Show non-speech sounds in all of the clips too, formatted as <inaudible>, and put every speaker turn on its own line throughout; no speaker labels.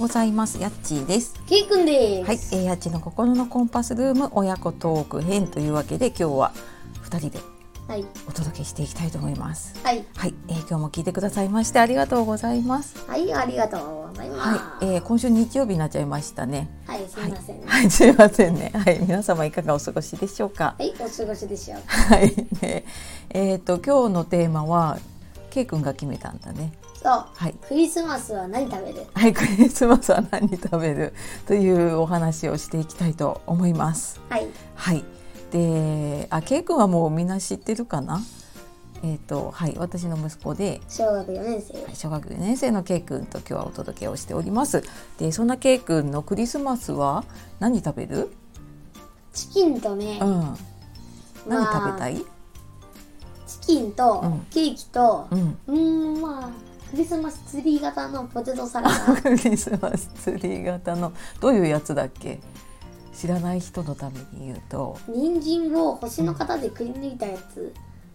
ございますやっちーです
ケイくんで
はい、
す。
えー、やっちーの心のコンパスルーム親子トーク編というわけで今日は二人で
はい。
お届けしていきたいと思います
はい。
はい、えー、今日も聞いてくださいましてありがとうございます
はい。ありがとうございます。
はい、えー、今週日曜日になっちゃいましたね
はい。すみません。は
はい、すいませんねはい、皆様いかがお過ごしでしょうか
い。お過ごしでしょうか。
はい、ね、えっ、と今日のテーマはケイ君が決めたんだね
そう。
はい
クリスマスは何食べる
はい、クリスマスは何食べるというお話をしていきたいと思います。
はい。
はい。で、あ、ケイ君はもうみんな知ってるかな。えっ、と、はい、私の息子で。
小学4年生。
はい小学4年生のケイ君と今日はお届けをしております。で、そんなケイ君のクリスマスは何食べる？
チキンとね
う、ん。何食べた
い
い？
チキンと
うん
ケーキと、
うん。
うーん、まあ、クリスマスツリー型のポテトサラ
<laughs>
ダ。
クリスマスツリー型のどういうやつだっけ？知らない人のために言うと、
人参を星の型でくり抜いたやつ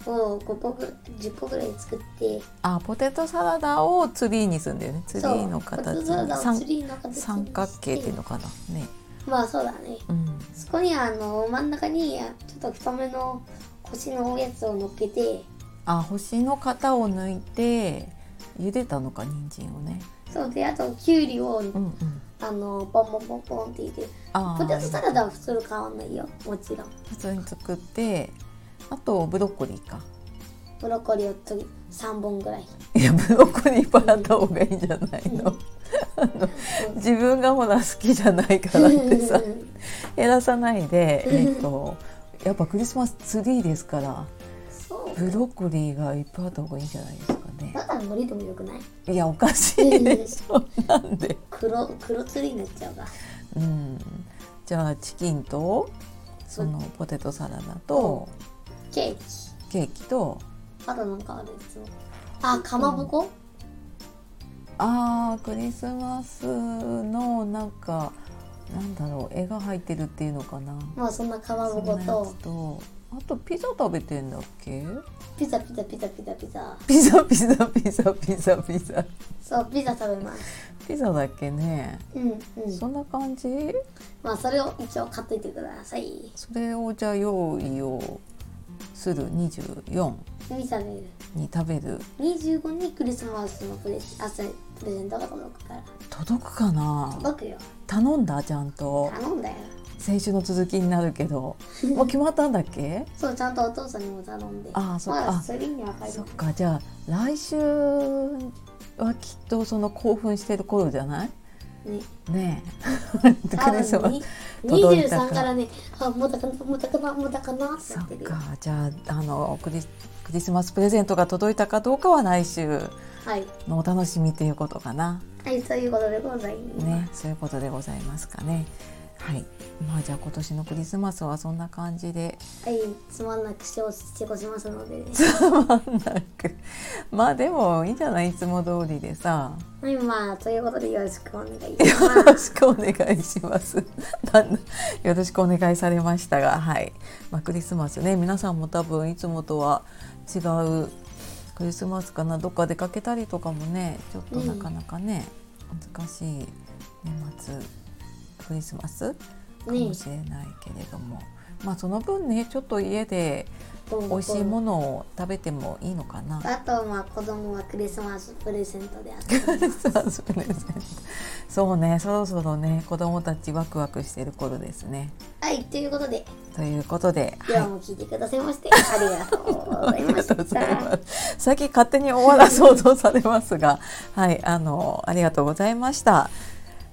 を5個ぐ10個ぐらい作って、
あポテトサラダをツリーにするんだよねツリ
そう
ーの形
ポテ
に
トサラダを
三
ツリーの形にして
三角形っていうのかなね、
まあそうだね。
うん、
そこにあの真ん中にあちょっと太めの腰のおやつを乗っけて
あ星の型を抜いて茹でたのか人参をね
そうであときゅうりを
うんうん
あのポンポンポンポンって入れて
あ
ポテトサラダは普通の変わんないよもちろん
普通に作ってあとブロッコリーか
ブロッコリーをと3本ぐらい
いやブロッコリーパラった方がいいんじゃないのあの自分がほら好きじゃないからってさ減らさないでえっとやっぱクリスマスツリーですから
そう
ブロッコリーがいっぱいあった方がいいんじゃないですかね
だから海苔でもよくない
いやおかしいでし <laughs> ょなんで
黒黒釣りになっちゃうが
うんじゃあチキンとそのポテトサラダと
ケーキ
ケーキと
あとなんかあるいつもあかまぼこ
あークリスマスのなんかなんだろう絵が入ってるっていうのかな
まあそんなかま
そ
ぼ
んな
こ
や
と
つとあとピザ食べてんだっけ
ピザピザピザピザピザ
ピザピザピザピザピザ
そうピザ食べます
ピザだっけね
うんうん
そんな感じ
まあそれを一応買っといてください。
それをじゃあ用意をする24
ミサベル。
に食べる
25にクリスマスのプレあそれプレゼントが届くから。
届くかな
届くよ。
頼んだちゃんと
頼んだよ。
先週の続きになるけどもう決まったんだっけ
そう、ちゃんとお父さんにも頼んで。
あーそっか
ま
あ
あ、それには入
そ
る
っ。かじゃあ来週はきっとその興奮してる頃じゃない
ね。
ねえ <laughs>
多
クリスマ
分
ス
に
届いたか
23からね、あ、もたかな、もたかな、もたかなって
そ
なって
っ
るよ。
かじゃああのクリクリスマスプレゼントが届いたかどうかは来週
はい。
のお楽しみということかな
はい、ということでございます。
ねそういうことでございますかねはいまあじゃあ今年のクリスマスはそんな感じで <laughs>
はい、つまんなくしておしてこしますので。
なんかまあでもいいんじゃないいつも通りでさ
はい、まあ、ということでよろしくお願いし
よ
ま
ろ
す。
しくお願いします。なんよろしくお願いされましたが、はい。まあ、クリスマスね、皆さんも多分いつもとは違うクリスマスかな、どっか出かけたりとかもね、ちょっとなかなかね、難しい年末クリスマスかもしれないけれども、まあその分ね、ちょっと家で <laughs> 美味しいものを食べてもいいのかな。
あとまあ子供はクリスマスプレゼントであったり
そうですね <laughs> そうねそろそろね子供たちワクワクしてる頃ですね
はいということで
ということで、はい、
今日も聞いてくださいまして、ありがとうございま <laughs> した
す最近勝手に終わらそうとされますがはいあのありがとうございました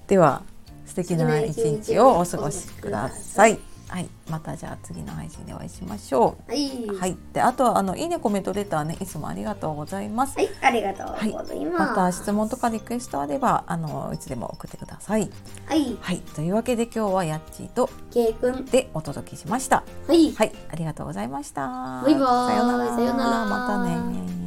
では素敵な一日をお過ごしくださいはいまたじゃあ次の配信でお会いしましょ
はい、
う
は
はいいであとはあのいいねコメントレターねいつもありがとうございます
ありがとうございます、
また質問とかリクエストあればあのいつでも送ってください
はい
はい、というわけで今日はやっちーと
K 君
でお届けしました。
はい
はい、ありがとうございました。
バイバーイ
さようなら。
さようなら
またね。